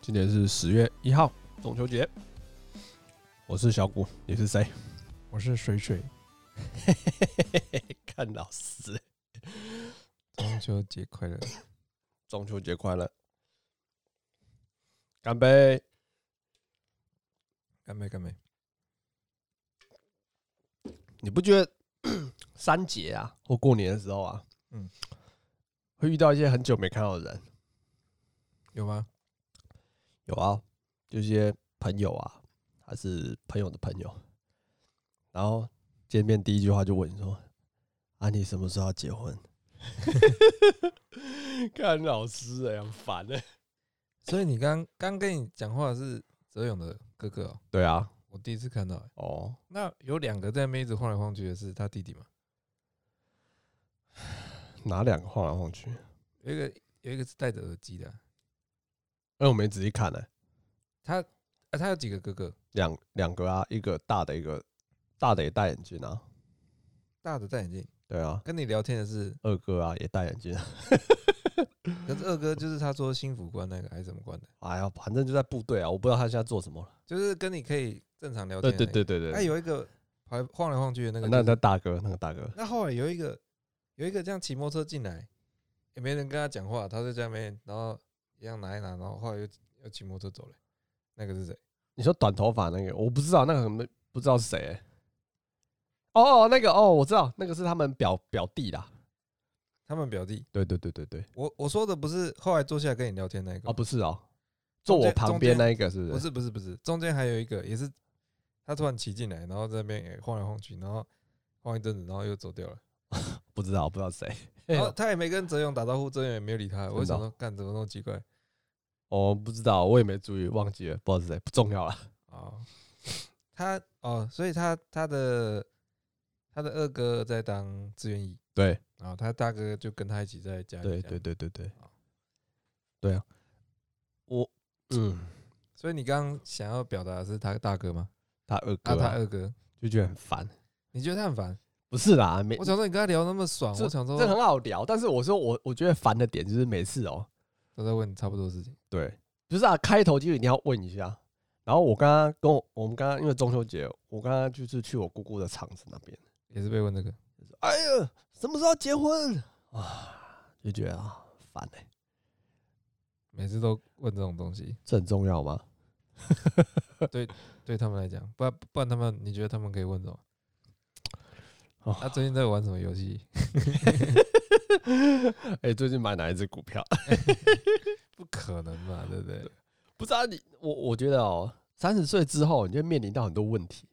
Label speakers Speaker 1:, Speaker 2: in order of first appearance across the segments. Speaker 1: 今年是十月一号，中秋节。我是小谷，你是谁？
Speaker 2: 我是水水，
Speaker 1: 看老师，
Speaker 2: 中秋节快乐！
Speaker 1: 中秋节快乐！干杯！
Speaker 2: 干杯干杯！
Speaker 1: 你不觉得 三节啊，或过年的时候啊，嗯
Speaker 2: 嗯，
Speaker 1: 会遇到一些很久没看到的人？
Speaker 2: 有吗？
Speaker 1: 有啊，就一些朋友啊，还是朋友的朋友，然后见面第一句话就问你说：“啊，你什么时候要结婚？” 看老师哎、很烦哎、
Speaker 2: 所以你刚刚跟你讲话的是泽勇的哥哥哦，
Speaker 1: 对啊，
Speaker 2: 我第一次看到欸。
Speaker 1: 哦，
Speaker 2: 那有两个在那边一直晃来晃去的是他弟弟嘛？
Speaker 1: 哪两个晃来晃去？
Speaker 2: 有一个有一个是戴着耳机的啊，
Speaker 1: 哎，我没仔细看呢、
Speaker 2: 啊他有几个哥哥？
Speaker 1: 两两个啊，一个大的，一个大的也戴眼镜啊，
Speaker 2: 大的戴眼镜，
Speaker 1: 对啊，
Speaker 2: 跟你聊天的是，
Speaker 1: 二哥啊也戴眼镜、啊，
Speaker 2: 可是二哥就是他说心腹官那个还是什么官的，
Speaker 1: 哎呀，反正就在部队啊，我不知道他现在做什么了。
Speaker 2: 就是跟你可以正常聊
Speaker 1: 对
Speaker 2: 天。
Speaker 1: 对，对对对，啊
Speaker 2: 那啊有一个跑来晃来晃去的那个
Speaker 1: 哎那
Speaker 2: 就是，
Speaker 1: 那大哥，那个大哥，
Speaker 2: 那后来有一个有一个这样骑摩托车进来，也没人跟他讲话，他就在那边，然后一样拿一拿，然后后来又又骑摩托走了。那个是谁？
Speaker 1: 你说短头发那个，我不知道那个什么，不知道是谁、欸。哦，那个哦，我知道，那个是他们表表弟啦。
Speaker 2: 他们表弟。
Speaker 1: 对对对对对，
Speaker 2: 我我说的不是后来坐下来跟你聊天那个
Speaker 1: 哦，
Speaker 2: 哦，
Speaker 1: 不是哦，坐我旁边那一个是不是？
Speaker 2: 不是不是不是，中间还有一个也是他突然骑进来，然后在那边也晃来晃去，然后晃一阵子，然后又 走掉了。
Speaker 1: 不知道，不知道谁。
Speaker 2: 然后他也没跟泽勇打招呼，泽勇也没有理
Speaker 1: 哦
Speaker 2: 他。
Speaker 1: 的哦
Speaker 2: 我就想说，干怎么那么奇怪
Speaker 1: 哦，不知道，我也没注意，忘记了，不知道是谁，不重要了。
Speaker 2: 哦，他哦，所以他他的他的二哥在当志愿役，
Speaker 1: 对
Speaker 2: 然后他大哥就跟他一起在家里。
Speaker 1: 对
Speaker 2: 这样
Speaker 1: 对，对对对
Speaker 2: 好，
Speaker 1: 对啊，我嗯，
Speaker 2: 所以你刚刚想要表达的是他大哥吗？
Speaker 1: 他二哥
Speaker 2: 啊，他
Speaker 1: 啊、
Speaker 2: 二哥，
Speaker 1: 就觉得很烦。
Speaker 2: 你觉得他很烦？
Speaker 1: 不是啦，没
Speaker 2: 我想说你跟他聊那么爽，我想说
Speaker 1: 这很好聊，但是我说我我觉得烦的点就是每次哦，
Speaker 2: 都在问你差不多的事情。
Speaker 1: 对，不是啊，开头就一定要问一下。然后我刚刚跟我我们刚刚因为中秋节，我刚刚就是去我姑姑的厂子那边，
Speaker 2: 也是被问这个，
Speaker 1: 哎呀，什么时候结婚啊？就觉得啊烦哎、
Speaker 2: 每次都问这种东西，
Speaker 1: 这很重要吗？
Speaker 2: 对他们来讲，不然不然他们，你觉得他们可以问什么？
Speaker 1: 哦
Speaker 2: 他、最近在玩什么游戏？
Speaker 1: 哎、最近买哪一只股票？
Speaker 2: 不可能吧，对不对？
Speaker 1: 不知道、你我我觉得哦，三十岁之后你就面临到很多问题，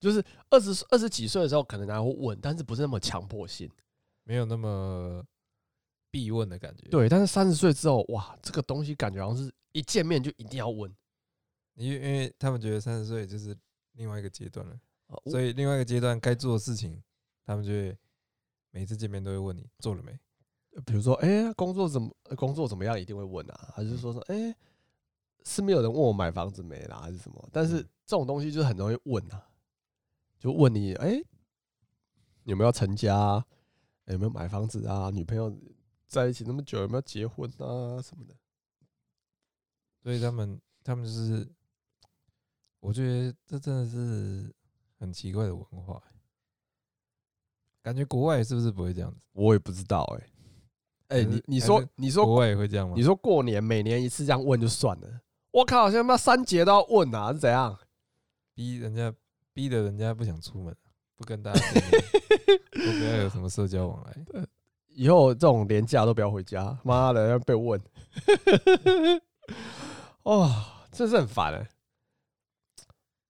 Speaker 1: 就是二十二十几岁的时候可能还会问，但是不是那么强迫性。
Speaker 2: 没有那么必问的感觉。，
Speaker 1: 对，但是三十岁之后，哇，这个东西感觉好像是一见面就一定要问，
Speaker 2: 因为因为他们觉得三十岁就是另外一个阶段了，
Speaker 1: 啊
Speaker 2: 所以另外一个阶段该做的事情，他们就会每次见面都会问你做了没。
Speaker 1: 比如说，哎、工作怎么呃工作怎么样，一定会问啊，
Speaker 2: 嗯
Speaker 1: 还是说说，哎、是没有人问我买房子没啦，还是什么？但是
Speaker 2: 嗯
Speaker 1: 这种东西就是很容易问啊，就问你，哎、有没有成家、啊？有没有买房子啊？女朋友在一起那么久，有没有结婚啊？什么的？
Speaker 2: 所以他们他们就是，我觉得这真的是很奇怪的文化欸、感觉国外是不是不会这样子？
Speaker 1: 我也不知道、哎，哎，
Speaker 2: 还是
Speaker 1: 你你
Speaker 2: 还
Speaker 1: 说
Speaker 2: 是
Speaker 1: 你说
Speaker 2: 国外也会这样吗
Speaker 1: 你？说过年每年一次这样问就算了，我靠，现在他妈三节都要问啊，是怎样？
Speaker 2: 逼人家逼得人家不想出门，不跟大家见面，都不要有什么社交往来。
Speaker 1: 以后这种廉价都不要回家，妈的要被问，哦，真是很烦哎、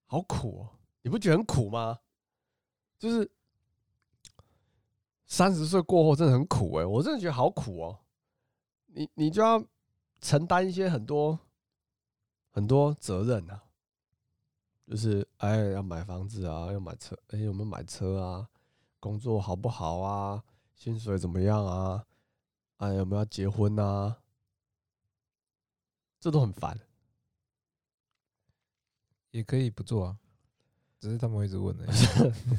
Speaker 1: 好苦哦、你不觉得很苦吗？就是三十岁过后真的很苦哎、我真的觉得好苦哦、你你就要承担一些很多很多责任啊，就是哎要买房子啊，要买车，哎有没有买车啊，工作好不好啊？薪水怎么样啊？哎，有没有要结婚啊？这都很 烦。
Speaker 2: 也可以不做啊，只是他们会一直问的、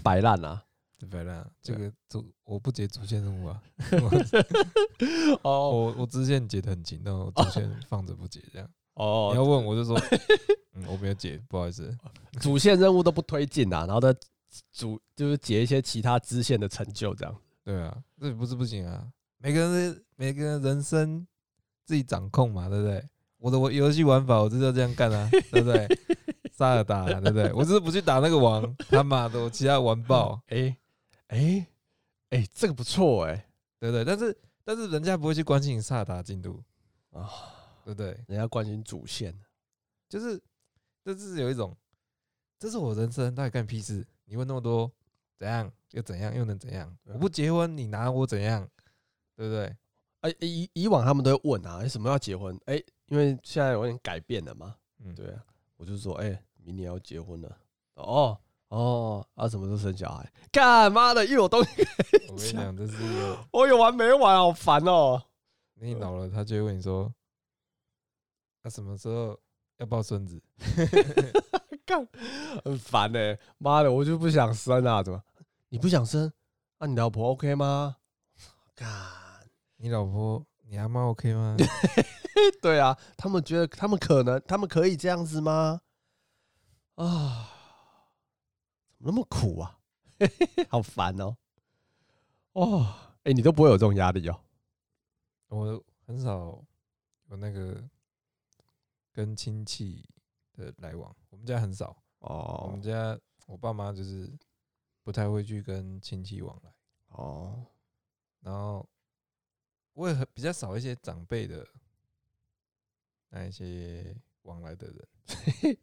Speaker 1: 摆烂啊！
Speaker 2: 对白烂啊，
Speaker 1: 对
Speaker 2: 这
Speaker 1: 啊
Speaker 2: 个主我不解主线任务啊， 我
Speaker 1: 哦，
Speaker 2: 我我支线解的很紧，但我主线放着不解这样。你要
Speaker 1: 哦，
Speaker 2: 问我就说，嗯，我没有解，不好意思。
Speaker 1: 主线任务都不推进啊，然后再主就是解一些其他支线的成就，这样
Speaker 2: 对啊，这不是不行啊，每个人的每个人人生自己掌控嘛，对不对？我的我游戏玩法我就是要这样干啊，对不对？萨尔达，对不对？我就是不去打那个王，他妈的，我其他玩爆，
Speaker 1: 哎哎哎，这个不错哎
Speaker 2: 对不对？但是但是人家不会去关心你萨尔达进度，
Speaker 1: 啊，
Speaker 2: 对不对？
Speaker 1: 人家关心主线，
Speaker 2: 就是这是有一种，这是我人生到底干屁事？你问那么多，怎样又怎样又能怎样？
Speaker 1: 对啊
Speaker 2: 我不结婚，你拿我怎样？对不对？
Speaker 1: 哎、以以往他们都会问啊，哎什么要结婚？哎、因为现在有点改变了嘛。
Speaker 2: 嗯，
Speaker 1: 对啊，我就说，哎、明年要结婚了。哦哦，啊，什么时候生小孩？干妈的，一有东西，
Speaker 2: 我跟你讲，这是一 个
Speaker 1: 我有完没完，好烦哦、
Speaker 2: 你老了，他就会问你说，那、什么时候要抱孙子？
Speaker 1: 干，很烦呢、妈的，我就不想生啊，怎么？你不想生？啊，你老婆 OK 吗？干，
Speaker 2: 你老婆，你阿妈 OK 吗？
Speaker 1: 对啊，他们觉得他们可能，他们可以这样子吗？啊，怎么那么苦啊？ 好烦哦、哦，哎、你都不会有这种压力哦、
Speaker 2: 我很少有那个跟亲戚的来往，我们家很少。我们
Speaker 1: 哦
Speaker 2: 家我爸妈就是不太会去跟亲戚往来，
Speaker 1: 哦，
Speaker 2: 然后我也很比较少一些长辈的那一些往来的人。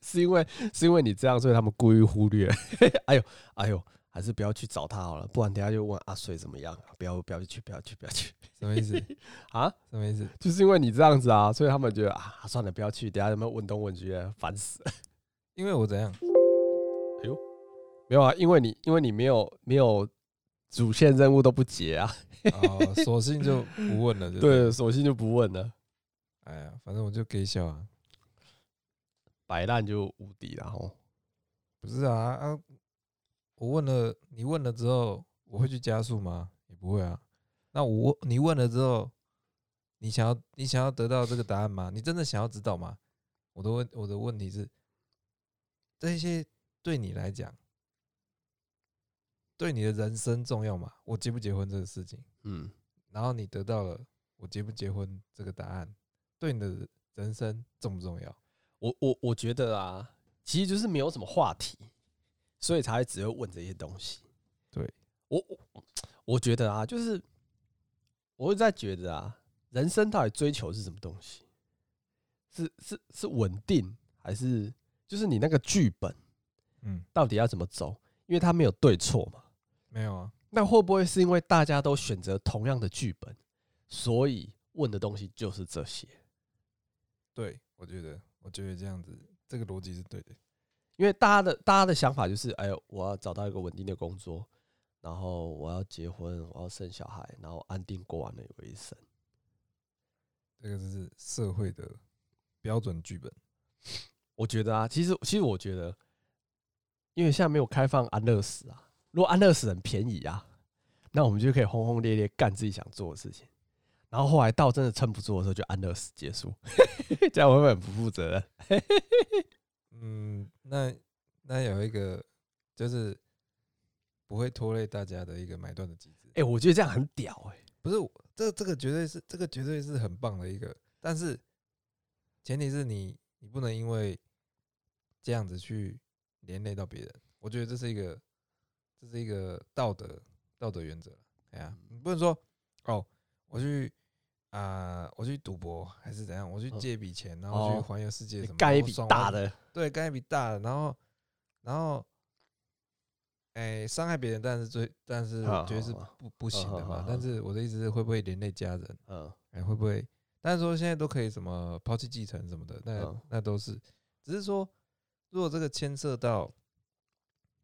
Speaker 1: 是因为是因为你这样，所以他们故意忽略。 哎呦哎呦，还是不要去找他好了，不然等下就问阿水怎么样、啊不要不要去，不要去，不要去
Speaker 2: 什么意思？
Speaker 1: 啊！
Speaker 2: 什么意思？
Speaker 1: 就是因为你这样子啊，所以他们觉得啊，算了，不要去，等下他们问东问西，啊烦死了。
Speaker 2: 因为我怎样？
Speaker 1: 没有啊，因为你因为你没有没有主线任务都不结啊，
Speaker 2: 哦，索性就不问了。对不对，
Speaker 1: 对，索性就不问了，
Speaker 2: 哎呀，反正我就给笑啊。
Speaker 1: 摆烂就无敌了吼。
Speaker 2: 不是啊啊！我问了，你问了之后，我会去加速吗？也不会啊。那我你问了之后，你想要你想要得到这个答案吗？你真的想要知道吗？我的问我的问题是，这些对你来讲，对你的人生重要吗？我结不结婚这个事情，
Speaker 1: 嗯，
Speaker 2: 然后你得到了我结不结婚这个答案，对你的人生重不重要？
Speaker 1: 我我我觉得啊，其实就是没有什么话题，所以才会只会问这些东西。
Speaker 2: 对
Speaker 1: 我我我觉得啊，就是我一直在觉得啊，人生到底追求是什么东西？是是是稳定，还是就是你那个剧本
Speaker 2: 嗯，
Speaker 1: 到底要怎么走？因为它没有对错嘛。
Speaker 2: 没有啊，
Speaker 1: 那会不会是因为大家都选择同样的剧本，所以问的东西就是这些？
Speaker 2: 对，我觉得，我觉得这样子，这个逻辑是对的。
Speaker 1: 因为大家的大家的想法就是，哎呦，我要找到一个稳定的工作，然后我要结婚，我要生小孩，然后安定过完了我一生。
Speaker 2: 这个就是社会的标准剧本。
Speaker 1: 我觉得啊，其实其实我觉得，因为现在没有开放安乐死啊，如果安乐死很便宜啊，那我们就可以轰轰烈烈干自己想做的事情。然后后来到真的撑不住的时候，就安乐死结束， 这样会不会很不负责任？
Speaker 2: 嗯，那那有一个就是不会拖累大家的一个买断的机制
Speaker 1: 哎、。我觉得这样很屌哎、
Speaker 2: 不是，我这这个绝对是这个绝对是很棒的一个，但是前提是你你不能因为这样子去连累到别人。我觉得这是一个这是一个道德道德原则。哎呀、
Speaker 1: 嗯
Speaker 2: 你不能说哦，我去啊、我去赌博还是怎样，我去
Speaker 1: 嗯
Speaker 2: 借一笔钱，然后去
Speaker 1: 哦
Speaker 2: 环游世界
Speaker 1: 你
Speaker 2: 什么，
Speaker 1: 干一
Speaker 2: 我
Speaker 1: 笔
Speaker 2: 爽
Speaker 1: 大
Speaker 2: 我
Speaker 1: 的，
Speaker 2: 对，干一笔大的，然后，然后，哎、伤害别人，但是最，但是
Speaker 1: 好
Speaker 2: 绝对是
Speaker 1: 好好
Speaker 2: 不不行的
Speaker 1: 好好
Speaker 2: 嘛
Speaker 1: 好。
Speaker 2: 但是我的意思是，会不会连累家人？
Speaker 1: 嗯，
Speaker 2: 哎、会不会？但是说现在都可以什么抛弃继承什么的，那、
Speaker 1: 嗯
Speaker 2: 那都是，只是说，如果这个牵涉到，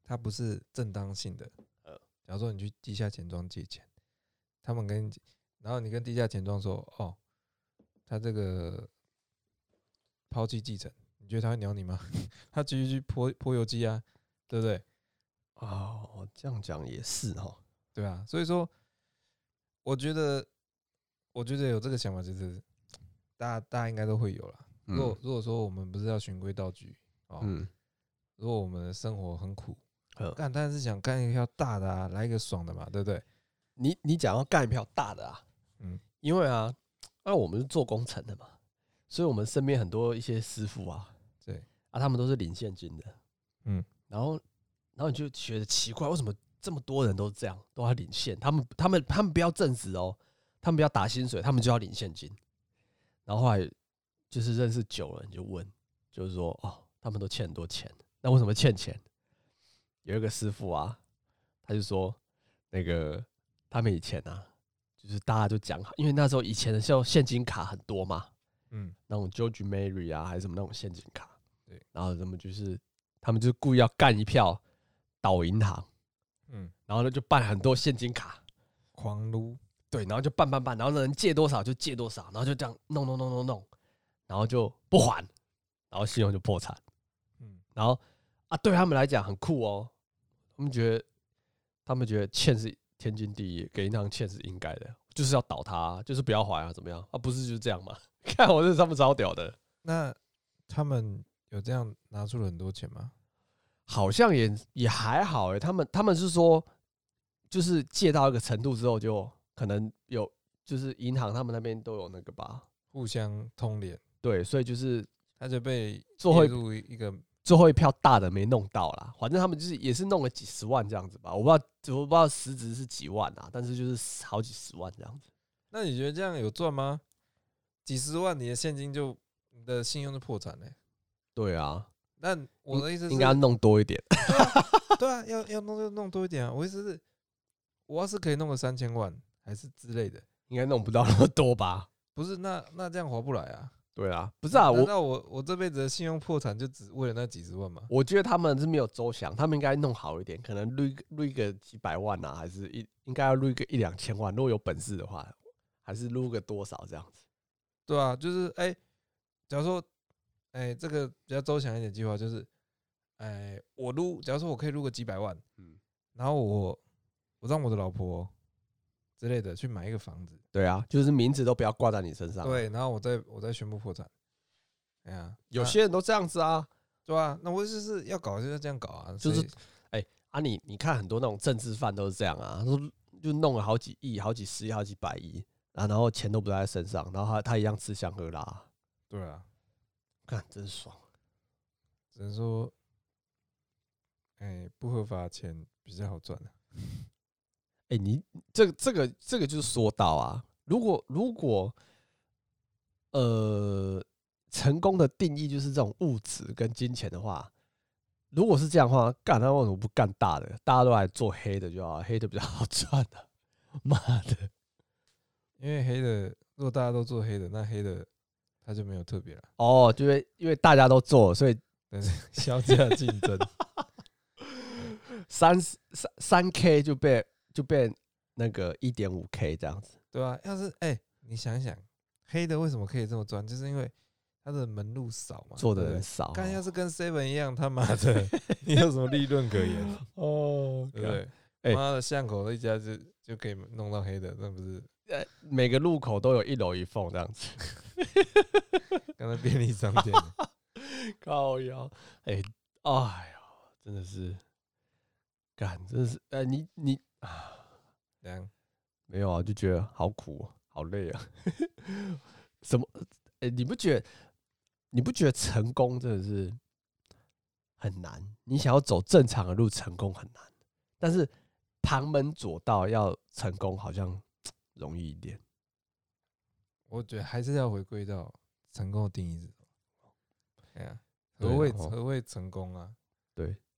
Speaker 2: 它不是正当性的，
Speaker 1: 呃
Speaker 2: 假如说你去地下钱庄借钱，他们跟你，然后你跟地下钱庄说，哦，他这个抛弃继承，你觉得他会鸟你吗？ 他继续去泼泼油机啊，对不对？
Speaker 1: 哦，这样讲也是哦，
Speaker 2: 对啊，所以说，我觉得，我觉得有这个想法，就是大家大家应该都会有啦。如果如果说我们不是要循规蹈矩哦，
Speaker 1: 嗯
Speaker 2: 如果我们的生活很苦
Speaker 1: 嗯，
Speaker 2: 干但是想干一票大的啊，来一个爽的嘛，对不对？
Speaker 1: 你你讲要干一票大的啊，
Speaker 2: 嗯
Speaker 1: 因为啊，那、我们是做工程的嘛，所以我们身边很多一些师傅啊，
Speaker 2: 对
Speaker 1: 啊，他们都是领现金的，
Speaker 2: 嗯，
Speaker 1: 然后然后你就觉得奇怪，为什么这么多人都这样，都要领现？他们他们他们不要正职哦，他们不要打薪水，他们就要领现金。然后后来就是认识久了，你就问，就是说哦，他们都欠很多钱，那为什么欠钱？有一个师傅啊，他就说那个他们以前啊，就是大家就讲好，因为那时候以前的时候现金卡很多嘛，
Speaker 2: 嗯，
Speaker 1: 那种 George Mary 啊，还是什么那种陷阱卡，
Speaker 2: 对，
Speaker 1: 然后他们就是他们就故意要干一票倒银行，
Speaker 2: 嗯，
Speaker 1: 然后呢就办很多现金卡，
Speaker 2: 狂撸，
Speaker 1: 对，然后就办办办，然后能借多少就借多少，然后就这样弄弄弄弄弄，然后就不还，然后信用就破产，
Speaker 2: 嗯，
Speaker 1: 然后啊对他们来讲很酷哦，他们觉得他们觉得欠是天经地义，给银行欠是应该的，就是要倒它、就是不要还啊，怎么样啊？不是就是这样嘛？ 看我这他们超屌的。
Speaker 2: 那他们有这样拿出了很多钱吗？
Speaker 1: 好像也也还好哎、他们他们是说，就是借到一个程度之后，就可能有就是银行他们那边都有那个吧，
Speaker 2: 互相通联，
Speaker 1: 对，所以就是
Speaker 2: 他就被
Speaker 1: 最后
Speaker 2: 列
Speaker 1: 一
Speaker 2: 入一个
Speaker 1: 最后一票大的没弄到啦，反正他们就是也是弄了几十万这样子吧，我不知道我不知道实值是几万啊，但是就是好几十万这样子，
Speaker 2: 那你觉得这样有赚吗？几十万你的现金就你的信用就破产嘞、
Speaker 1: 对啊，
Speaker 2: 那我的意思是，
Speaker 1: 应该要弄多一点，
Speaker 2: 对啊，要要弄就弄多一点啊。我意思是，我要是可以弄个三千万还是之类的，
Speaker 1: 应该弄不到那么多吧？
Speaker 2: 不是那那这样划不来啊。
Speaker 1: 对啊，不是啊，我
Speaker 2: 那我我这辈子的信用破产就只为了那几十万嘛？
Speaker 1: 我觉得他们是没有周详，他们应该弄好一点，可能录录一个几百万啊，还是一应该要录一个一两千万，如果有本事的话，还是录个多少这样子。
Speaker 2: 对啊，就是哎、假如说哎、这个比较周详一点计划就是，哎、我撸，假如说我可以撸个几百万，
Speaker 1: 嗯，
Speaker 2: 然后我我让我的老婆之类的去买一个房子。
Speaker 1: 对啊，就是名字都不要挂在你身上。，啊
Speaker 2: 对，然后我再我再宣布破产。哎呀，
Speaker 1: 有
Speaker 2: 那
Speaker 1: 些人都这样子啊
Speaker 2: 对啊，那我就是要搞就是这样搞啊，
Speaker 1: 就是
Speaker 2: 所以
Speaker 1: 啊你！你看很多那种政治犯都是这样啊，都就弄了好几亿、好几十亿、好几百亿，啊，然后钱都不在他身上，然后他他一样吃香喝辣，
Speaker 2: 对啊，
Speaker 1: 看真爽。
Speaker 2: 只能说，哎、不合法钱比较好赚啊。
Speaker 1: 哎、你这个这个这个就是说到啊，如果如果呃成功的定义就是这种物质跟金钱的话，如果是这样的话，干那为什么不干大的？大家都来做黑的就好，黑的比较好赚的、妈的，
Speaker 2: 因为黑的，如果大家都做黑的，那黑的他就没有特别 了，
Speaker 1: 哦，就会因为大家都做，所以
Speaker 2: 但是销价竞争
Speaker 1: 三三三 K 就被就变那个一点五 K 这样子。
Speaker 2: 对啊，要是哎、你想一想，黑的为什么可以这么赚，就是因为他的门路少嘛，
Speaker 1: 做的
Speaker 2: 对不
Speaker 1: 人
Speaker 2: 对
Speaker 1: 少哦
Speaker 2: 干要是跟 seven 一样，他妈 的，你有什么利润可言？
Speaker 1: 哦，
Speaker 2: 对不对？
Speaker 1: 哎
Speaker 2: 妈的，巷口那家就就可以弄到黑的，那 不是
Speaker 1: 呃，每个路口都有一楼一缝这样子。
Speaker 2: 刚才便利商店？
Speaker 1: 高腰，哎、哎呦，真的是，干，真的是，哎、你你
Speaker 2: 这样
Speaker 1: 没有啊，就觉得好苦哦、好累啊， 什么？哎、你不觉得？你不觉得成功真的是很难？你想要走正常的路，成功很难，但是旁门左道要成功，好像容易一点。
Speaker 2: 我觉得还是要回归到成功的定义是什么？哎呀，
Speaker 1: 对哦
Speaker 2: 何谓
Speaker 1: 然后
Speaker 2: 何谓成功啊？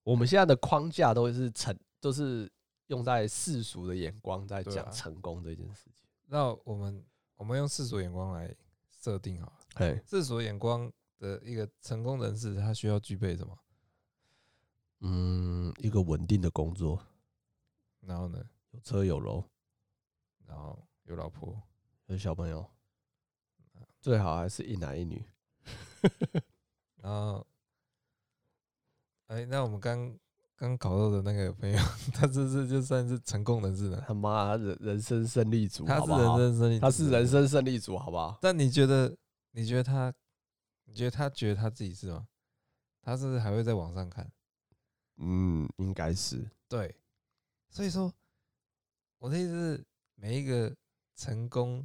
Speaker 1: 我们现在的框架都是成，都是用在世俗的眼光在
Speaker 2: 对
Speaker 1: 讲
Speaker 2: 啊
Speaker 1: 成功这件事情。
Speaker 2: 那我们我们用世俗眼光来设定好了，
Speaker 1: 哎、
Speaker 2: 世俗眼光的一个成功人士，他需要具备什么？
Speaker 1: 嗯，一个稳定的工作，
Speaker 2: 然后呢，
Speaker 1: 有车有楼，
Speaker 2: 然后有老婆，
Speaker 1: 有小朋友，最好还是一男一女。
Speaker 2: 然后，哎，那我们刚刚烤肉的那个朋友， 他这是就算是成功人士呢？
Speaker 1: 他妈人人生胜利组，
Speaker 2: 他
Speaker 1: 好
Speaker 2: 是
Speaker 1: 不好
Speaker 2: 人生胜利，
Speaker 1: 他是人，生胜利组，好不好？
Speaker 2: 但你觉得？你觉得他你觉得他觉得他自己是吗？他是不是还会在网上看？
Speaker 1: 嗯，应该是
Speaker 2: 对，所以说我的意思是，每一个成功，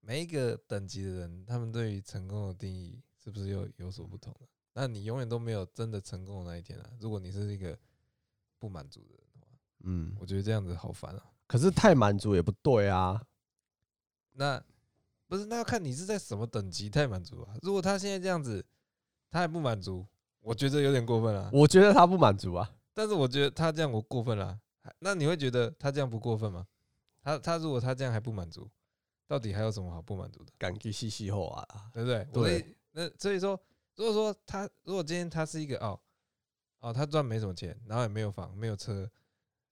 Speaker 2: 每一个等级的人，他们对于成功的定义是不是又有所不同呢？那你永远都没有真的成功的那一天啊！如果你是一个不满足的人的话，
Speaker 1: 嗯，
Speaker 2: 我觉得这样子好烦啊。
Speaker 1: 可是太满足也不对 啊。
Speaker 2: 那不是那要看你是在什么等级太满足啊？如果他现在这样子，他还不满足，我觉得有点过分了、啊。
Speaker 1: 我觉得他不满足啊，
Speaker 2: 但是我觉得他这样我过分了啊、还那你会觉得他这样不过分吗？他他如果他这样还不满足，到底还有什么好不满足的？
Speaker 1: 感激细细后啊，
Speaker 2: 对不对？我的那所以说，如果说他如果今天他是一个哦哦，他赚没什么钱，然后也没有房，没有车，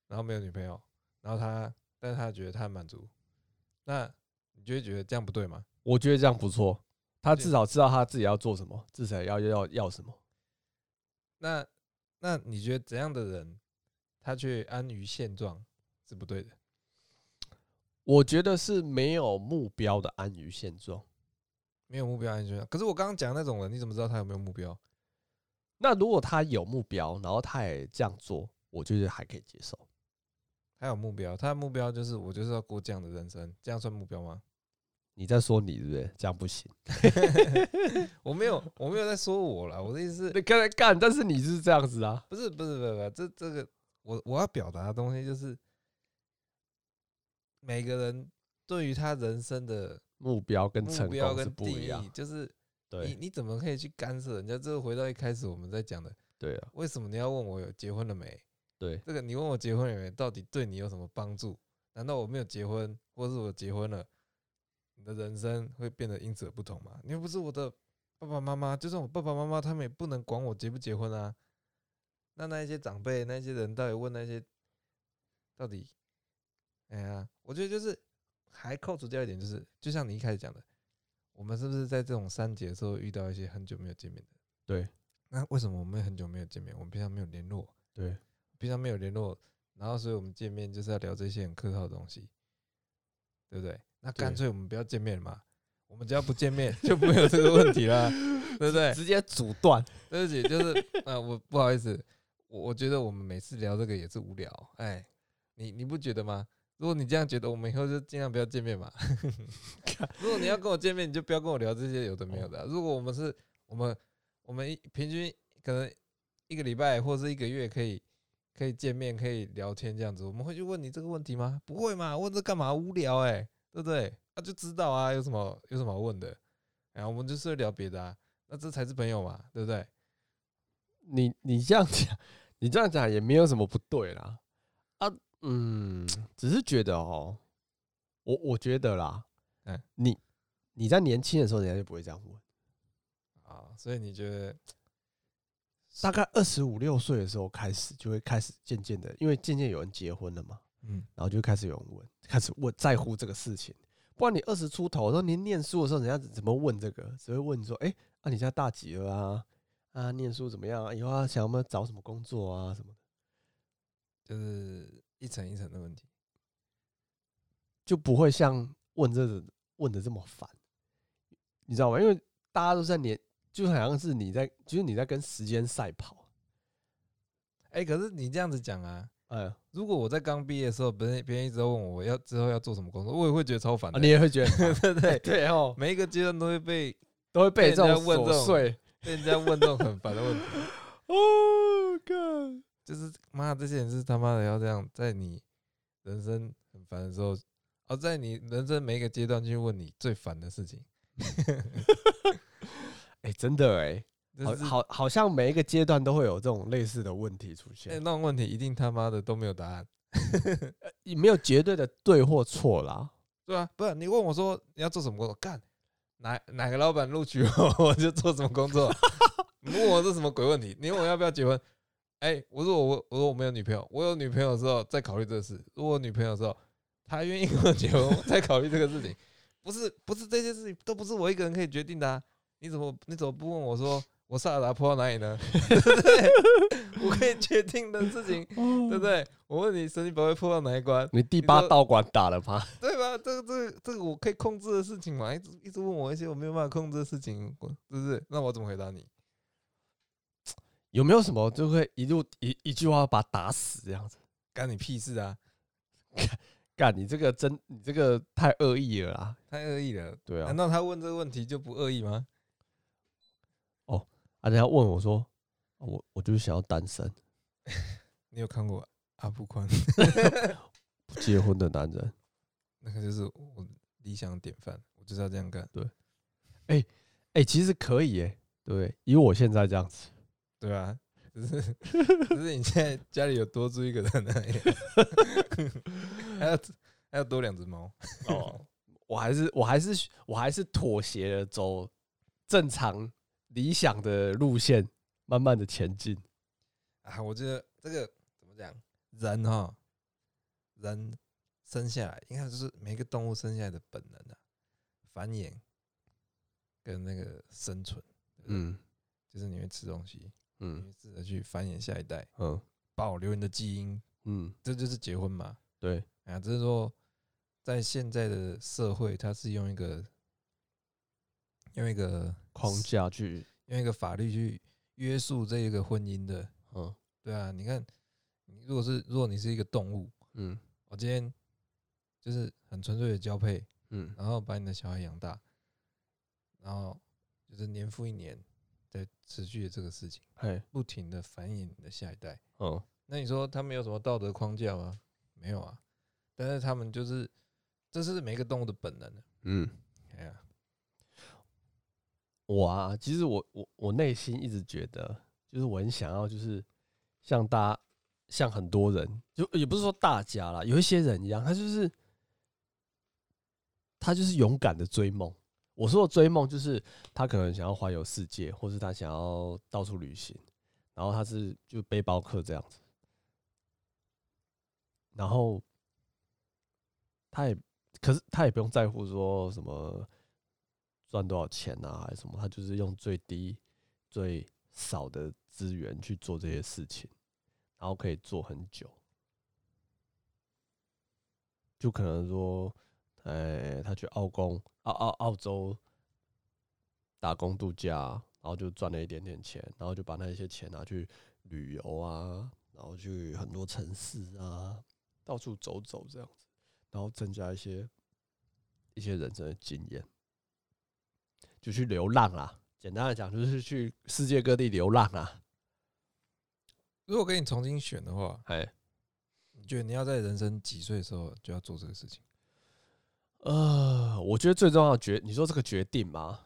Speaker 2: 然后没有女朋友，然后他但是他觉得他很满足，那你就会觉得这样不对吗？
Speaker 1: 我觉得这样不错。他至少知道他自己要做什么，至少要要要什么。
Speaker 2: 那那你觉得怎样的人，他却安于现状是不对的？
Speaker 1: 我觉得是没有目标的安于现状。
Speaker 2: 没有目标安全感。可是我刚刚讲那种人，你怎么知道他有没有目标？
Speaker 1: 那如果他有目标，然后他也这样做，我觉得还可以接受。
Speaker 2: 他有目标，他的目标就是我就是要过这样的人生，这样算目标吗？
Speaker 1: 你在说你对不对？这样不行。
Speaker 2: 我没有，我没有在说我啦，我的意思是
Speaker 1: 你刚才干，但是你是这样子啊。
Speaker 2: 不是不是不是不是这这个我我要表达的东西就是，每个人对于他人生的
Speaker 1: 目标跟
Speaker 2: 目
Speaker 1: 成
Speaker 2: 标
Speaker 1: 功是
Speaker 2: 跟
Speaker 1: 不
Speaker 2: 定
Speaker 1: 一样
Speaker 2: 义，。就是你
Speaker 1: 对
Speaker 2: 你怎么可以去干涉人家？这个回到一开始我们在讲的，
Speaker 1: 对啊，
Speaker 2: 为什么你要问我有结婚了没？
Speaker 1: 对，
Speaker 2: 这个你问我结婚有没有，到底对你有什么帮助？难道我没有结婚，或是我结婚了，你的人生会变得因此而不同吗？你又不是我的爸爸妈妈，就算我爸爸妈妈，他们也不能管我结不结婚啊。那那一些长辈，那些人到底问那些，到底，哎呀，我觉得就是还扣除掉一点，就是就像你一开始讲的，我们是不是在这种三节的时候遇到一些很久没有见面的？
Speaker 1: 对，
Speaker 2: 那为什么我们很久没有见面？我们平常没有联络，
Speaker 1: 对，
Speaker 2: 平常没有联络，然后所以我们见面就是要聊这些很客套的东西，对不对？那干
Speaker 1: 对
Speaker 2: 脆我们不要见面了嘛，我们只要不见面 就不会有这个问题啦，对不对？
Speaker 1: 直接阻断。
Speaker 2: 对不起，就是啊、呃我不好意思，我我觉得我们每次聊这个也是无聊，哎，你你不觉得吗？如果你这样觉得，我们以后就尽量不要见面嘛。 如果你要跟我见面，你就不要跟我聊这些有的没有的啊、如果我们是，我们我们一平均可能一个礼拜或是一个月可以可以见面，可以聊天这样子，我们会去问你这个问题吗？不会嘛，问这干嘛？无聊哎、对不对？那、就知道啊，有什么有什么好问的？然后我们就是会聊别的啊，那这才是朋友嘛，对不对？
Speaker 1: 你你这样讲，你这样讲也没有什么不对啦。啊，嗯，只是觉得哦，我我觉得啦，
Speaker 2: 嗯
Speaker 1: 你你在年轻的时候，人家就不会这样问。
Speaker 2: 啊，所以你觉得
Speaker 1: 大概二十五六岁的时候开始，就会开始渐渐的，因为渐渐有人结婚了嘛，
Speaker 2: 嗯，
Speaker 1: 然后就开始有人问，开始问在乎这个事情。不然你二十出头的时候，你念书的时候，人家怎么问这个？只会问说：“哎、啊，你现在大几了啊？啊，念书怎么样啊？以后要想要不要找什么工作啊？什么的，
Speaker 2: 就是一层一层的问题？
Speaker 1: 就不会像问这个问的这么烦，你知道吗？因为大家都在年，就好像是你在，就是你在跟时间赛跑。
Speaker 2: 哎、可是你这样子讲啊，
Speaker 1: 哎呀，
Speaker 2: 如果我在刚毕业的时候，别人别人一直在问我要之后要做什么工作，我也会觉得超烦
Speaker 1: 啊
Speaker 2: 的、
Speaker 1: 你也会觉得
Speaker 2: 对不对？
Speaker 1: 对哦，
Speaker 2: 每一个阶段都会被
Speaker 1: 都会被
Speaker 2: 被人
Speaker 1: 这种
Speaker 2: 家问这
Speaker 1: 琐
Speaker 2: 种
Speaker 1: 碎。
Speaker 2: 被人家问这种很烦的问题，
Speaker 1: 哦，干！
Speaker 2: 就是妈，这些人是他妈的要这样，在你人生很烦的时候，哦，在你人生每一个阶段去问你最烦的事情，
Speaker 1: 哎、真的哎、
Speaker 2: 就是
Speaker 1: 好好好像每一个阶段都会有这种类似的问题出
Speaker 2: 哎、
Speaker 1: 现，
Speaker 2: 那种问题一定他妈的都没有答案。
Speaker 1: 也没有绝对的对或错啦。
Speaker 2: 对啊，不是你问我说你要做什么工作，干哪哪个老板录取我，我 就做什么工 作。你问我这什么鬼问题？你问我要不要结婚？哎、我说我我说我没有女朋友，我有女朋友的时候再考虑这个事。如果我女朋友的时候她愿意跟我结婚，我再考虑这个事情。不是不是这些事情都不是我一个人可以决定的啊！你怎么你怎么不问我说我萨尔达泼到哪里呢？ 对不对？我可以决定的事情，哦对不对？我问你，神奇宝贝破到哪一关？
Speaker 1: 你第
Speaker 2: 你说
Speaker 1: 八道馆打了吗？
Speaker 2: 对吧？这个、这个、这个我可以控制的事情嘛，一直一直问我一些我没有办法控制的事情，我是不是？那我怎么回答你？
Speaker 1: 有没有什么就会一路一一句话把他打死这样子？
Speaker 2: 干你屁事啊！
Speaker 1: 干，你这个真，你这个太恶意了啦！
Speaker 2: 太恶意了。
Speaker 1: 对啊
Speaker 2: 难，道他问这个问题就不恶意吗？
Speaker 1: 啊，人家问我说，哦我我就是想要单身，
Speaker 2: 你有看过阿布宽？
Speaker 1: 不结婚的男人。
Speaker 2: 那个就是我理想的典范，我就是要这样干，
Speaker 1: 哎、其实可以哎、对不对，以我现在这样子，
Speaker 2: 对吧、 只是只是你现在家里有多住一个人而已， 还要还要多两只猫，
Speaker 1: 哦，我还是我还是我还是妥协了，走正常理想的路线，慢慢的前进。
Speaker 2: 啊，我觉得这个怎么讲，人哈，人生下来应该就是每个动物生下来的本能啊，繁衍跟那个生存，
Speaker 1: 嗯
Speaker 2: 就是你会吃东西，你
Speaker 1: 嗯
Speaker 2: 会试着去繁衍下一代，
Speaker 1: 嗯
Speaker 2: 保留你的基因，
Speaker 1: 嗯，
Speaker 2: 这就是结婚嘛。
Speaker 1: 对，
Speaker 2: 啊，只是说在现在的社会，它是用一个用一个
Speaker 1: 框架去，
Speaker 2: 用一个法律去约束这一个婚姻的，
Speaker 1: 嗯
Speaker 2: 对啊，你看，你如果是如果你是一个动物，
Speaker 1: 嗯
Speaker 2: 我今天就是很纯粹的交配，
Speaker 1: 嗯
Speaker 2: 然后把你的小孩养大，然后就是年复一年在持续的这个事情，
Speaker 1: 嘿，
Speaker 2: 不停的繁衍你的下一代。
Speaker 1: 嗯
Speaker 2: 那你说他们有什么道德框架吗？没有啊，但是他们就是这是每个动物的本能啊
Speaker 1: 嗯，
Speaker 2: 哎呀，
Speaker 1: 我啊，其实我我我内心一直觉得，就是我很想要，就是像大家，像很多人，就也不是说大家啦，有一些人一样，他就是他就是勇敢的追梦。我说的追梦，就是他可能想要环游世界，或是他想要到处旅行，然后他是就背包客这样子，然后他也，可是他也不用在乎说什么赚多少钱啊，还是什么，他就是用最低、最少的资源去做这些事情，然后可以做很久。就可能说，呃、他去澳工、澳澳澳洲打工度假，然后就赚了一点点钱，然后就把那些钱拿去旅游啊，然后去很多城市啊，到处走走这样子，然后增加一些一些人生的经验。就去流浪啦。简单的讲，就是去世界各地流浪啊啦。
Speaker 2: 如果给你重新选的话，
Speaker 1: 哎，
Speaker 2: 你觉得你要在人生几岁的时候就要做这个事情？
Speaker 1: 呃，我觉得最重要的决，你说这个决定吗？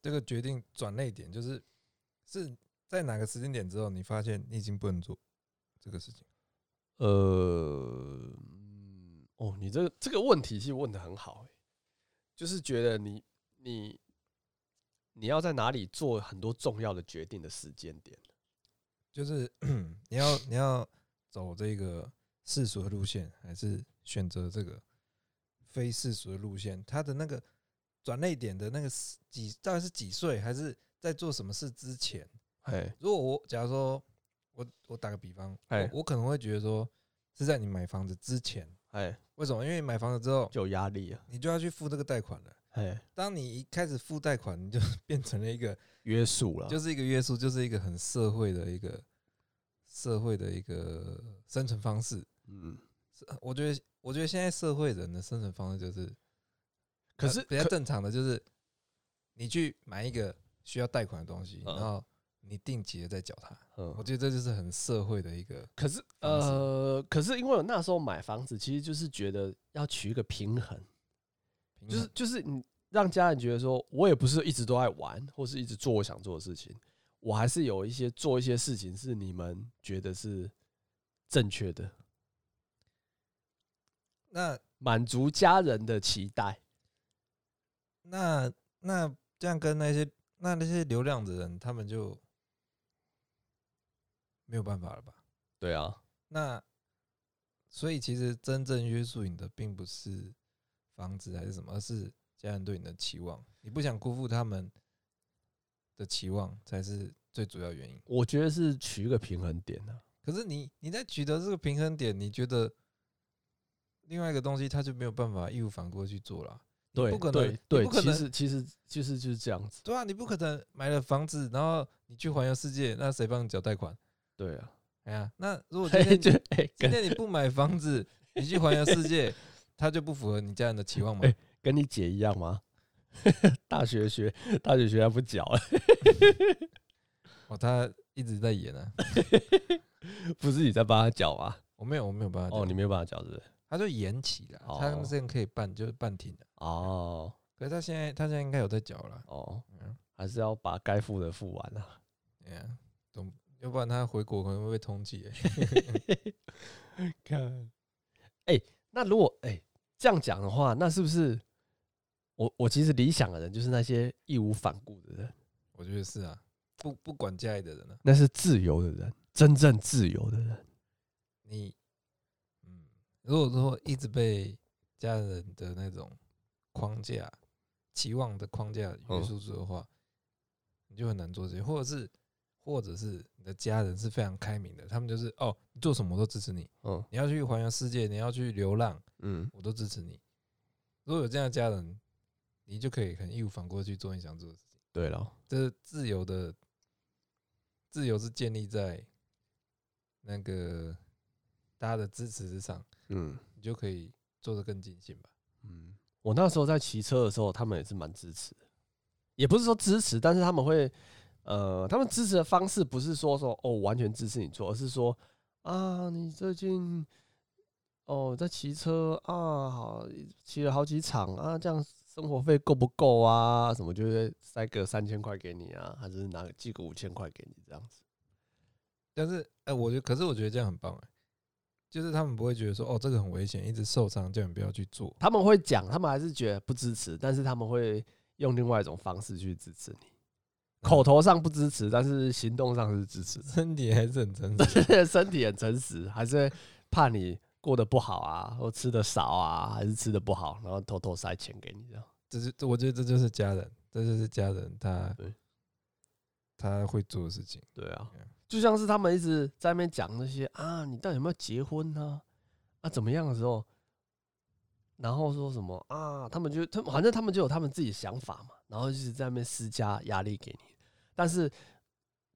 Speaker 2: 这个决定转泪点就是是在哪个时间点之后，你发现你已经不能做这个事情？
Speaker 1: 呃，嗯哦，你这这个问题其实问的很好、欸，就是觉得你你你要在哪里做很多重要的决定的时间点。
Speaker 2: 就是 你要你要走这个世俗的路线，还是选择这个非世俗的路线？他的那个转泪点的那个时几到底是几岁，还是在做什么事之前？
Speaker 1: 哎，
Speaker 2: 如果我假如说我我打个比方，
Speaker 1: 哎
Speaker 2: 我我可能会觉得说是在你买房子之前，
Speaker 1: 哎，
Speaker 2: 为什么？因为你买房子之后，
Speaker 1: 就有压力啊，
Speaker 2: 你就要去付这个贷款了。
Speaker 1: 哎，
Speaker 2: 当你一开始付贷款，你就 变成了一个，
Speaker 1: 约束了，
Speaker 2: 就是一个约束，就是一个很社会的一个社会的一个生存方式。
Speaker 1: 嗯，
Speaker 2: 是我觉得，我觉得现在社会人的生存方式就是，
Speaker 1: 可
Speaker 2: 呃
Speaker 1: 是
Speaker 2: 比较
Speaker 1: 可
Speaker 2: 正常的就是，你去买一个需要贷款的东西，
Speaker 1: 嗯
Speaker 2: 然后你定期的再缴它。
Speaker 1: 嗯
Speaker 2: 我觉得这就是很社会的一个，
Speaker 1: 可是
Speaker 2: 房子
Speaker 1: 呃，可是因为我那时候买房子，其实就是觉得要取一个平衡，
Speaker 2: 平
Speaker 1: 就是
Speaker 2: 衡
Speaker 1: 就是你让家人觉得说，我也不是一直都在玩，或是一直做我想做的事情，我还是有一些做一些事情是你们觉得是正确的，
Speaker 2: 那
Speaker 1: 满足家人的期待。
Speaker 2: 那那这样跟那些那那些流量的人，他们就没有办法了吧？
Speaker 1: 对啊，
Speaker 2: 那所以其实真正约束你的，并不是房子还是什么，而是家人对你的期望。你不想辜负他们的期望，才是最主要原因。
Speaker 1: 我觉得是取一个平衡点啊。
Speaker 2: 可是你你在取得这个平衡点，你觉得另外一个东西它就没有办法义无反顾地去做了。你
Speaker 1: 对
Speaker 2: 不可能
Speaker 1: 对
Speaker 2: 你
Speaker 1: 对，
Speaker 2: 不可
Speaker 1: 其
Speaker 2: 能
Speaker 1: 实其实其实就是这样子。
Speaker 2: 对啊，你不可能买了房子，然后你去环游世界，那谁帮你缴贷款？
Speaker 1: 对啊，
Speaker 2: 哎呀，那如果今
Speaker 1: 嘿
Speaker 2: 天
Speaker 1: 就哎跟
Speaker 2: 今天你不买房子，你去环游世 界，它就不符合你家人的期望嘛
Speaker 1: 哎？跟你姐一样吗？ 大学学大学学还不缴，
Speaker 2: 哦，他一直在演啊，
Speaker 1: 不是你在帮他缴啊？
Speaker 2: 我没有，我没有办法讲。
Speaker 1: 哦，你没有帮他缴是不是？
Speaker 2: 他就延期了，
Speaker 1: 哦
Speaker 2: 他之前可以办，就是办停了。
Speaker 1: 哦
Speaker 2: 可是他现在，他现在应该有在缴了。
Speaker 1: 哦，
Speaker 2: 嗯，
Speaker 1: 还是要把该付的付完啊。
Speaker 2: 哎呀，总要不然他回国可能会被通缉、欸。
Speaker 1: 看，哎、那如果哎、这样讲的话，那是不是我我其实理想的人就是那些义无反顾的人，
Speaker 2: 我觉得是啊，不不管家里的人啊，
Speaker 1: 那是自由的人，真正自由的人。
Speaker 2: 你，嗯，如果说一直被家人的那种框架、期望的框架约
Speaker 1: 嗯
Speaker 2: 束住的话，你就很难做这些，或者是，或者是你的家人是非常开明的，他们就是哦，你做什么我都支持你，
Speaker 1: 嗯
Speaker 2: 你要去环游世界，你要去流浪，
Speaker 1: 嗯，
Speaker 2: 我都支持你。如果有这样的家人，你就可以很义无反顾地去做你想做的事情。
Speaker 1: 对了，
Speaker 2: 这是自由的，自由是建立在那个大家的支持之上，
Speaker 1: 嗯
Speaker 2: 你就可以做得更尽兴吧。
Speaker 1: 嗯，我那时候在骑车的时候，他们也是蛮支持的，也不是说支持，但是他们会，呃，他们支持的方式不是说说哦完全支持你做，而是说啊你最近哦在骑车啊，好骑了好几场啊，这样生活费够不够啊？什么就会塞个三千块给你啊，还是拿个寄个五千块给你这样子？
Speaker 2: 但是，哎、我觉得，可是我觉得这样很棒、哎，就是他们不会觉得说，哦，这个很危险，一直受伤，叫你不要去做。
Speaker 1: 他们会讲，他们还是觉得不支持，但是他们会用另外一种方式去支持你。口头上不支持，但是行动上是支持的。
Speaker 2: 身体还是很诚实，
Speaker 1: 身体很诚实，还是会怕你过得不好啊，或吃的少啊，还是吃的不好，然后偷偷塞钱给你这样。
Speaker 2: 这就这我觉得这就是家人，这就是家人他
Speaker 1: 对
Speaker 2: 他会做的事情。
Speaker 1: 对啊
Speaker 2: Yeah，
Speaker 1: 就像是他们一直在那边讲那些啊，你到底有没有结婚呢、啊？怎么样的时候，然后说什么啊？他们就他们反正他们就有他们自己的想法嘛，然后就是在那边施加压力给你。但是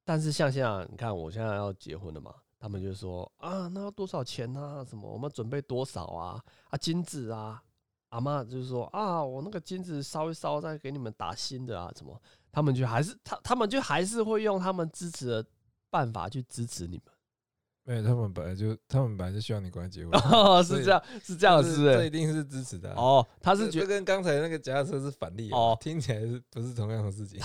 Speaker 1: 但是像现在你看，我现在要结婚了嘛，他们就说啊，那要多少钱啊？什么我们准备多少啊？啊金子啊，阿妈就是说啊，我那个金子烧一烧，再给你们打新的啊，什么？他们就还是他他们就还是会用他们支持的办法去支持你们，，
Speaker 2: 没有，他们本来就他们本来就希望你赶快结婚
Speaker 1: 哦，
Speaker 2: 所
Speaker 1: 是
Speaker 2: 以
Speaker 1: 这样是这样
Speaker 2: 就是是
Speaker 1: 不
Speaker 2: 这
Speaker 1: 是
Speaker 2: 一？定是支持的啊、
Speaker 1: 哦，他
Speaker 2: 他
Speaker 1: 是觉
Speaker 2: 就跟刚才那个脚踏车是反例啊
Speaker 1: 哦
Speaker 2: 听起来是不是同样 的事情？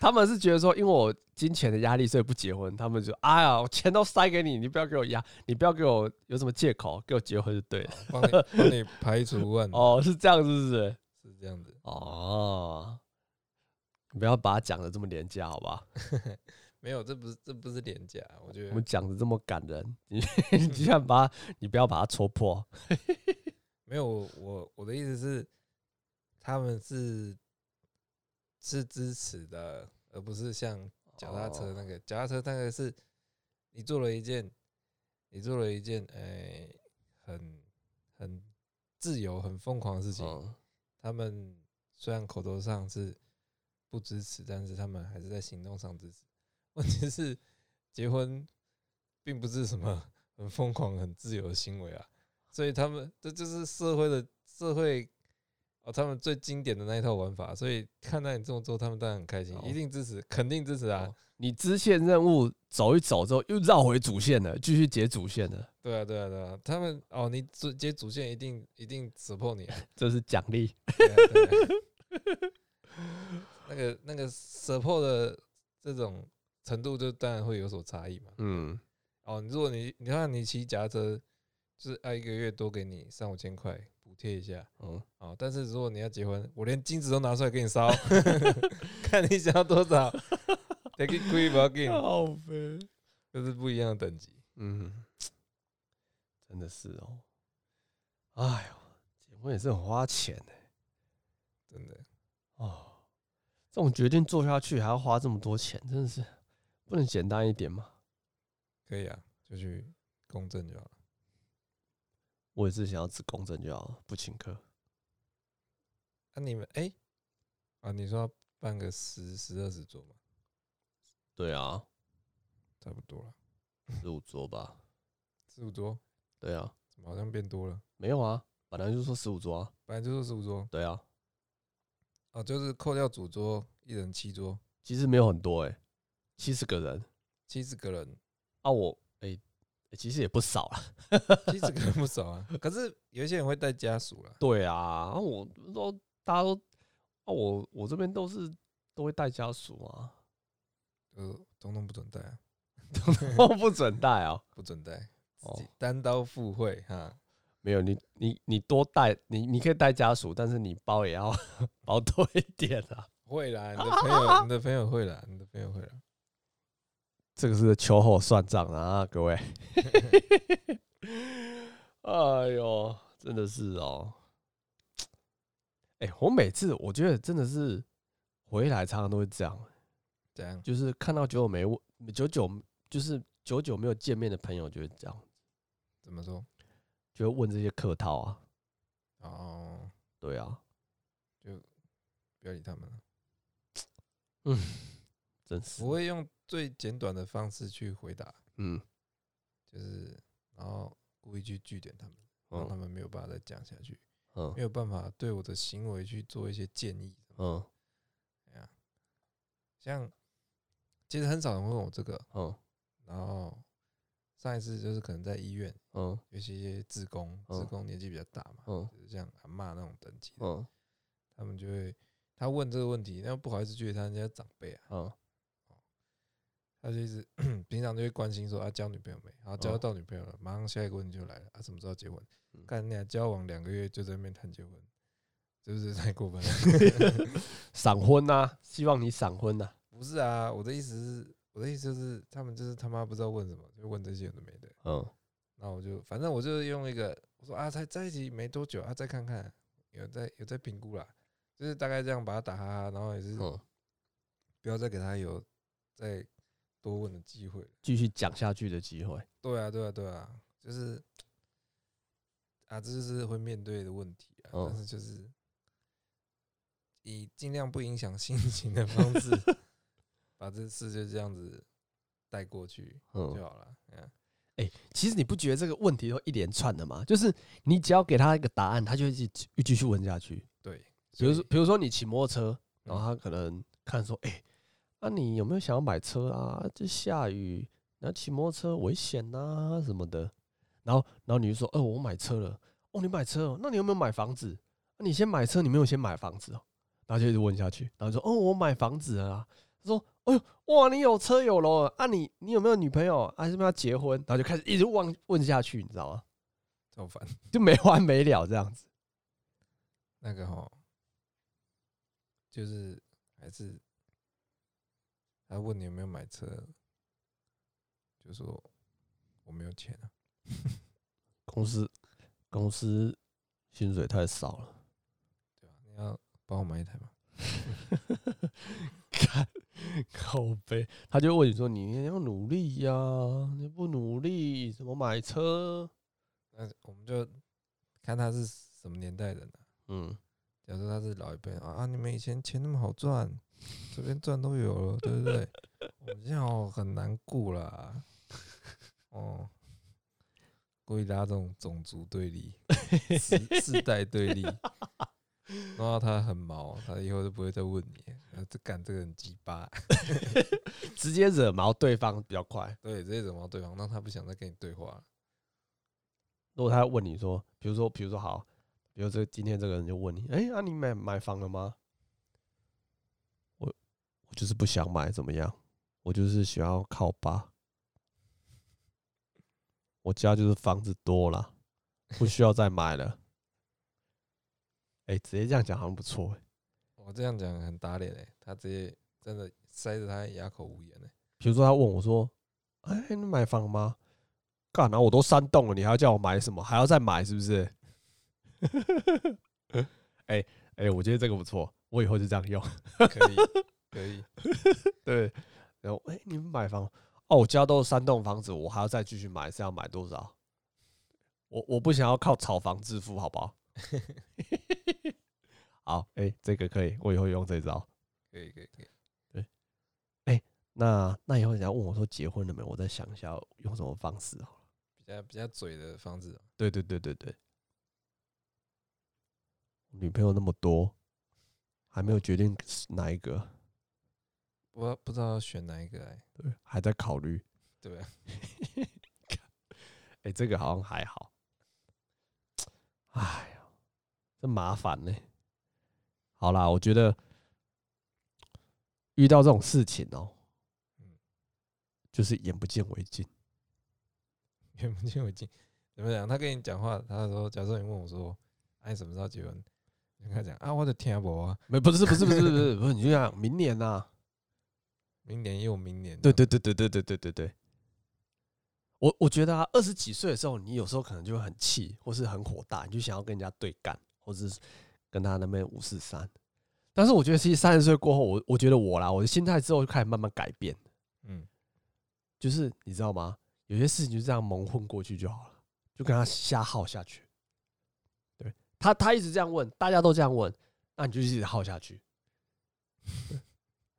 Speaker 1: 他们是觉得说，因为我金钱的压力，所以不结婚。他们就哎呀，我钱都塞给你，你不要给我压，你不要给我有什么借口，给我结婚就对了。
Speaker 2: 帮你帮你排除万 难
Speaker 1: 哦，是这样，是不是？
Speaker 2: 是这样子，
Speaker 1: 哦，你不要把它讲的这么廉价，好吧？
Speaker 2: 没有，这不是这不是廉价，啊我觉
Speaker 1: 我们
Speaker 2: 得
Speaker 1: 讲的这么感人，你 你居然把它，你不要把它戳破。
Speaker 2: 没有，我我我的意思是，他们是是支持的，而不是像脚踏车那个脚踏车那个是，你做了一件，你做了一件，哎、很很自由、很疯狂的事情，
Speaker 1: 嗯，
Speaker 2: 他们虽然口头上是不支持，但是他们还是在行动上支持。问题是，结婚并不是什么很疯狂、很自由的行为啊，所以他们这就是社会的社会哦，他们最经典的那一套玩法。所以看到你这么做，他们当然很开心
Speaker 1: 哦，
Speaker 2: 一定支持，肯定支持啊
Speaker 1: 哦！你支线任务走一走之后，又绕回主线了，继续解主线了，
Speaker 2: 对啊，对啊，对啊，他们哦，你主接主线一定一定 support 你啊！
Speaker 1: 这是奖励。
Speaker 2: 对啊对啊那个那个 support 的这种程度，就当然会有所差异嘛。
Speaker 1: 嗯，
Speaker 2: 哦，如果你你看你骑脚踏车，就是啊按一个月多给你三五千块补贴一下
Speaker 1: 嗯，
Speaker 2: 哦。但是如果你要结婚，我连金子都拿出来给你烧， 看你想要多少，take it quick，不要给你，
Speaker 1: 好呗。
Speaker 2: 这是不一样的等级。
Speaker 1: 嗯，真的是哦。哎呦，结婚也是很花钱的
Speaker 2: 真的，
Speaker 1: 哦。这种决定做下去还要花这么多钱，真的是不能简单一点吗？
Speaker 2: 可以啊，就去公证就好了。
Speaker 1: 我也是想要只公正就好了，不请客。
Speaker 2: 那、你们哎、啊，你说要办个十十二十桌嘛，
Speaker 1: 对啊，
Speaker 2: 差不多了，
Speaker 1: 十五桌吧。
Speaker 2: 十五桌
Speaker 1: 对啊，
Speaker 2: 怎么好像变多了？
Speaker 1: 没有啊，本来就说十五桌啊。
Speaker 2: 本来就说十五桌
Speaker 1: 对啊，
Speaker 2: 哦，就是扣掉主桌，一人七桌，
Speaker 1: 其实没有很多哎、七十个人
Speaker 2: 七十个人，
Speaker 1: 啊我，哎、欸其实也不少啦。
Speaker 2: 七十个人不少啊。 可是有一些人会带家属啦，
Speaker 1: 对啊，啊我都大家都啊我我这边都是都会带家属啊，
Speaker 2: 呃，统统不准带啊，
Speaker 1: 都不准带啊。
Speaker 2: 不准带，自
Speaker 1: 哦
Speaker 2: 己单刀赴会哈。
Speaker 1: 没有你你你多带你你可以带家属，但是你包也要 包多一点啊。
Speaker 2: 会啦，你的朋友，你的朋友会啦，你的朋友会啦。
Speaker 1: 这个是秋后算账啊，各位。 哎呦，真的是哦。哎、我每次我觉得真的是回来常常都会这样，
Speaker 2: 怎样？
Speaker 1: 就是看到久久没久久就是久久没有见面的朋友就会这样，
Speaker 2: 怎么说？
Speaker 1: 就会问这些客套啊，
Speaker 2: 哦，
Speaker 1: 对啊，
Speaker 2: 不要理他们了。
Speaker 1: 真是
Speaker 2: 我，会用最简短的方式去回答，
Speaker 1: 嗯
Speaker 2: 就是然后故意去据点他们，让他
Speaker 1: 嗯
Speaker 2: 们没有办法再讲下去，
Speaker 1: 嗯
Speaker 2: 没有办法对我的行为去做一些建议。
Speaker 1: 嗯
Speaker 2: 哎呀，像其实很少人会问我这个，
Speaker 1: 嗯
Speaker 2: 然后上一次就是可能在医院，
Speaker 1: 嗯
Speaker 2: 有些志工，
Speaker 1: 嗯
Speaker 2: 志工年纪比较大嘛，
Speaker 1: 嗯
Speaker 2: 就是像阿嬷那种等级的，
Speaker 1: 嗯
Speaker 2: 他们就会他问这个问题，那不好意思拒绝他，人家长辈啊，
Speaker 1: 嗯
Speaker 2: 他就一直 平常就会关心说啊，交女朋友没？好，交
Speaker 1: 哦
Speaker 2: 到女朋友了，马上下一个问题就来了啊，什么时候结婚
Speaker 1: 嗯？
Speaker 2: 干你俩交往两个月就在那边谈结婚，是不是太过分了？
Speaker 1: 闪婚呐、希望你闪婚呐、
Speaker 2: 不是啊，我的意思是，我的意思就是他们就是他妈不知道问什么，就问这些有的没的。
Speaker 1: 嗯
Speaker 2: 那我就反正我就用一个我说啊，才在一起没多久啊，再看看，有在有在评估啦，就是大概这样把他打哈哈，然后也是
Speaker 1: 嗯，
Speaker 2: 不要再给他有再多问的机会。
Speaker 1: 继续讲下去的机会，
Speaker 2: 对啊，对啊，对啊，就是啊，这就是会面对的问题啊，
Speaker 1: 嗯
Speaker 2: 但是就是以尽量不影响心情的方 式，把这事就这样子带过去
Speaker 1: 嗯
Speaker 2: 就。好了。嗯，
Speaker 1: 其实你不觉得这个问题都一连串的吗？就是你只要给他一个答案，他就会继续继续问下去。
Speaker 2: 对，
Speaker 1: 比如
Speaker 2: 所
Speaker 1: 说，
Speaker 2: 以
Speaker 1: 比如哦说你骑摩托车，然后
Speaker 2: 嗯
Speaker 1: 他可能看说，哎、那、你有没有想要买车啊？这下雨，然后骑摩托车危险呐、什么的。然后，然后你就说，哦、我买车了。哦，你买车哦？那你有没有买房子？那、你先买车，你没有先买房子哦。然后就一直问下去，然后就说，哦，我买房子了啊。他说，哎呦，哇，你有车有楼了啊你？你有没有女朋友？啊，是不是要结婚？然后就开始一直问问下去，你知道吗？
Speaker 2: 造反
Speaker 1: 就没完没了这样子。
Speaker 2: 那个哈，就是还是他问你有没有买车，就说我没有钱啊，
Speaker 1: 公司公司薪水太少了。
Speaker 2: 对吧、啊你要帮我买一台吗？
Speaker 1: 看靠背，他就问你说：“你要努力呀、你不努力怎么买车
Speaker 2: 那我们就看他是什么年代人啊。？”
Speaker 1: 嗯，
Speaker 2: 假设他是老一辈啊，啊你们以前钱那么好赚，随便赚都有了，对不对？我们现在哦很难过啦，哦，故意拉这种种族对立、世世代对立，然后他很毛，他以后就不会再问你，啊这干这个人鸡巴，
Speaker 1: 直接惹毛对方比较快。
Speaker 2: 对，直接惹毛对方，让他不想再跟你对话了。
Speaker 1: 如果他问你说，比如说，比如说好，比如这今天这个人就问你：“哎、那、你买买房了吗？”我我就是不想买，怎么样？我就是想要靠爸。我家就是房子多了，不需要再买了。哎、直接这样讲好像不错、欸。
Speaker 2: 我哦这样讲很打脸嘞、欸他直接真的塞着他哑口无言欸嘞、
Speaker 1: 比如说他问我说：“哎、你买房了吗？”干啊！我都三栋了，你还要叫我买什么？还要再买是不是？ 哎哎、 我觉得这个不错，我以后就这样用。
Speaker 2: 可以，可以，
Speaker 1: 对，然后哎、诶你们买房哦，我家都有三栋房子，我还要再继续买，是要买多少？我我不想要靠炒房致富，好不 好？好，哎、这个可以，我以后用这招。
Speaker 2: 可以可以可以，
Speaker 1: 那那以后人家问我说结婚了没，我再想一下用什么方式好了。
Speaker 2: 比较比较嘴的方式哦，
Speaker 1: 对对对对对，女朋友那么多，还没有决定哪一个，
Speaker 2: 我不知道要选哪一个哎，
Speaker 1: 对，还在考虑。
Speaker 2: 对啊 吧？
Speaker 1: 哎、这个好像还好。哎呀，真麻烦呢、好啦，我觉得遇到这种事情哦、
Speaker 2: 嗯
Speaker 1: 就是眼不见为净。
Speaker 2: 眼不见为净。怎么讲？他跟你讲话，他说，假设你问我说，哎、你什么时候结婚？你跟他讲啊，我的天不啊，
Speaker 1: 没，不是，不是，不是，不是，不是，你就想明年呐、啊
Speaker 2: 明年又明年。啊
Speaker 1: 对对，对对对对对对对。我我觉得啊，二十几岁的时候，你有时候可能就会很气，或是很火大，你就想要跟人家对干，或是跟他那边五四三。但是我觉得，其实三十岁过后，我我觉得我啦，我的心态之后就开始慢慢改变，
Speaker 2: 嗯，
Speaker 1: 就是你知道吗？有些事情就这样蒙混过去就好了，就跟他瞎耗下去。对他，他一直这样问，大家都这样问，那你就一直耗下去。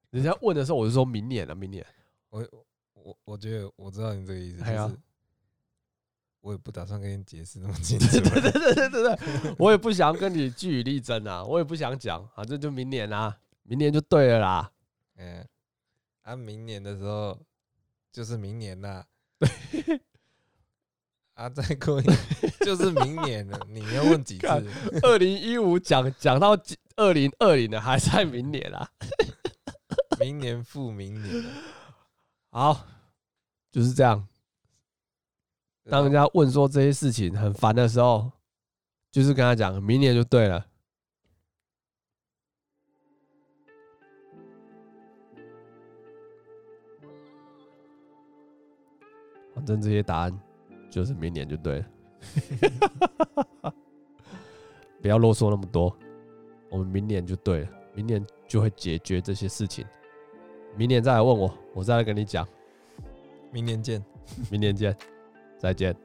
Speaker 1: 人家问的时候，我就说明年了、明年。
Speaker 2: 我我我觉得我知道你这个意思，
Speaker 1: 哎呀
Speaker 2: 就是我也不打算跟你解释那么清楚。
Speaker 1: 对对对对对对对，我也不想跟你据以力争啊，我也不想讲，反正就明年啦、啊明年就对了啦。
Speaker 2: 嗯，啊，明年的时候就是明年啦。 啊，再过一就是明年了，你要问几 次？
Speaker 1: 干二零一五讲讲到二零二零的，还在明年啊啦、
Speaker 2: 明年复明年了，
Speaker 1: 好，就是这样。
Speaker 2: 啊
Speaker 1: 当人家问说这些事情很烦的时候，就是跟他讲明年就对了。反正这些答案就是明年就对了，不要啰嗦那么多，我们明年就对了，明年就会解决这些事情。明年再来问我，我再来跟你讲。
Speaker 2: 明年见。
Speaker 1: 明年见，再见。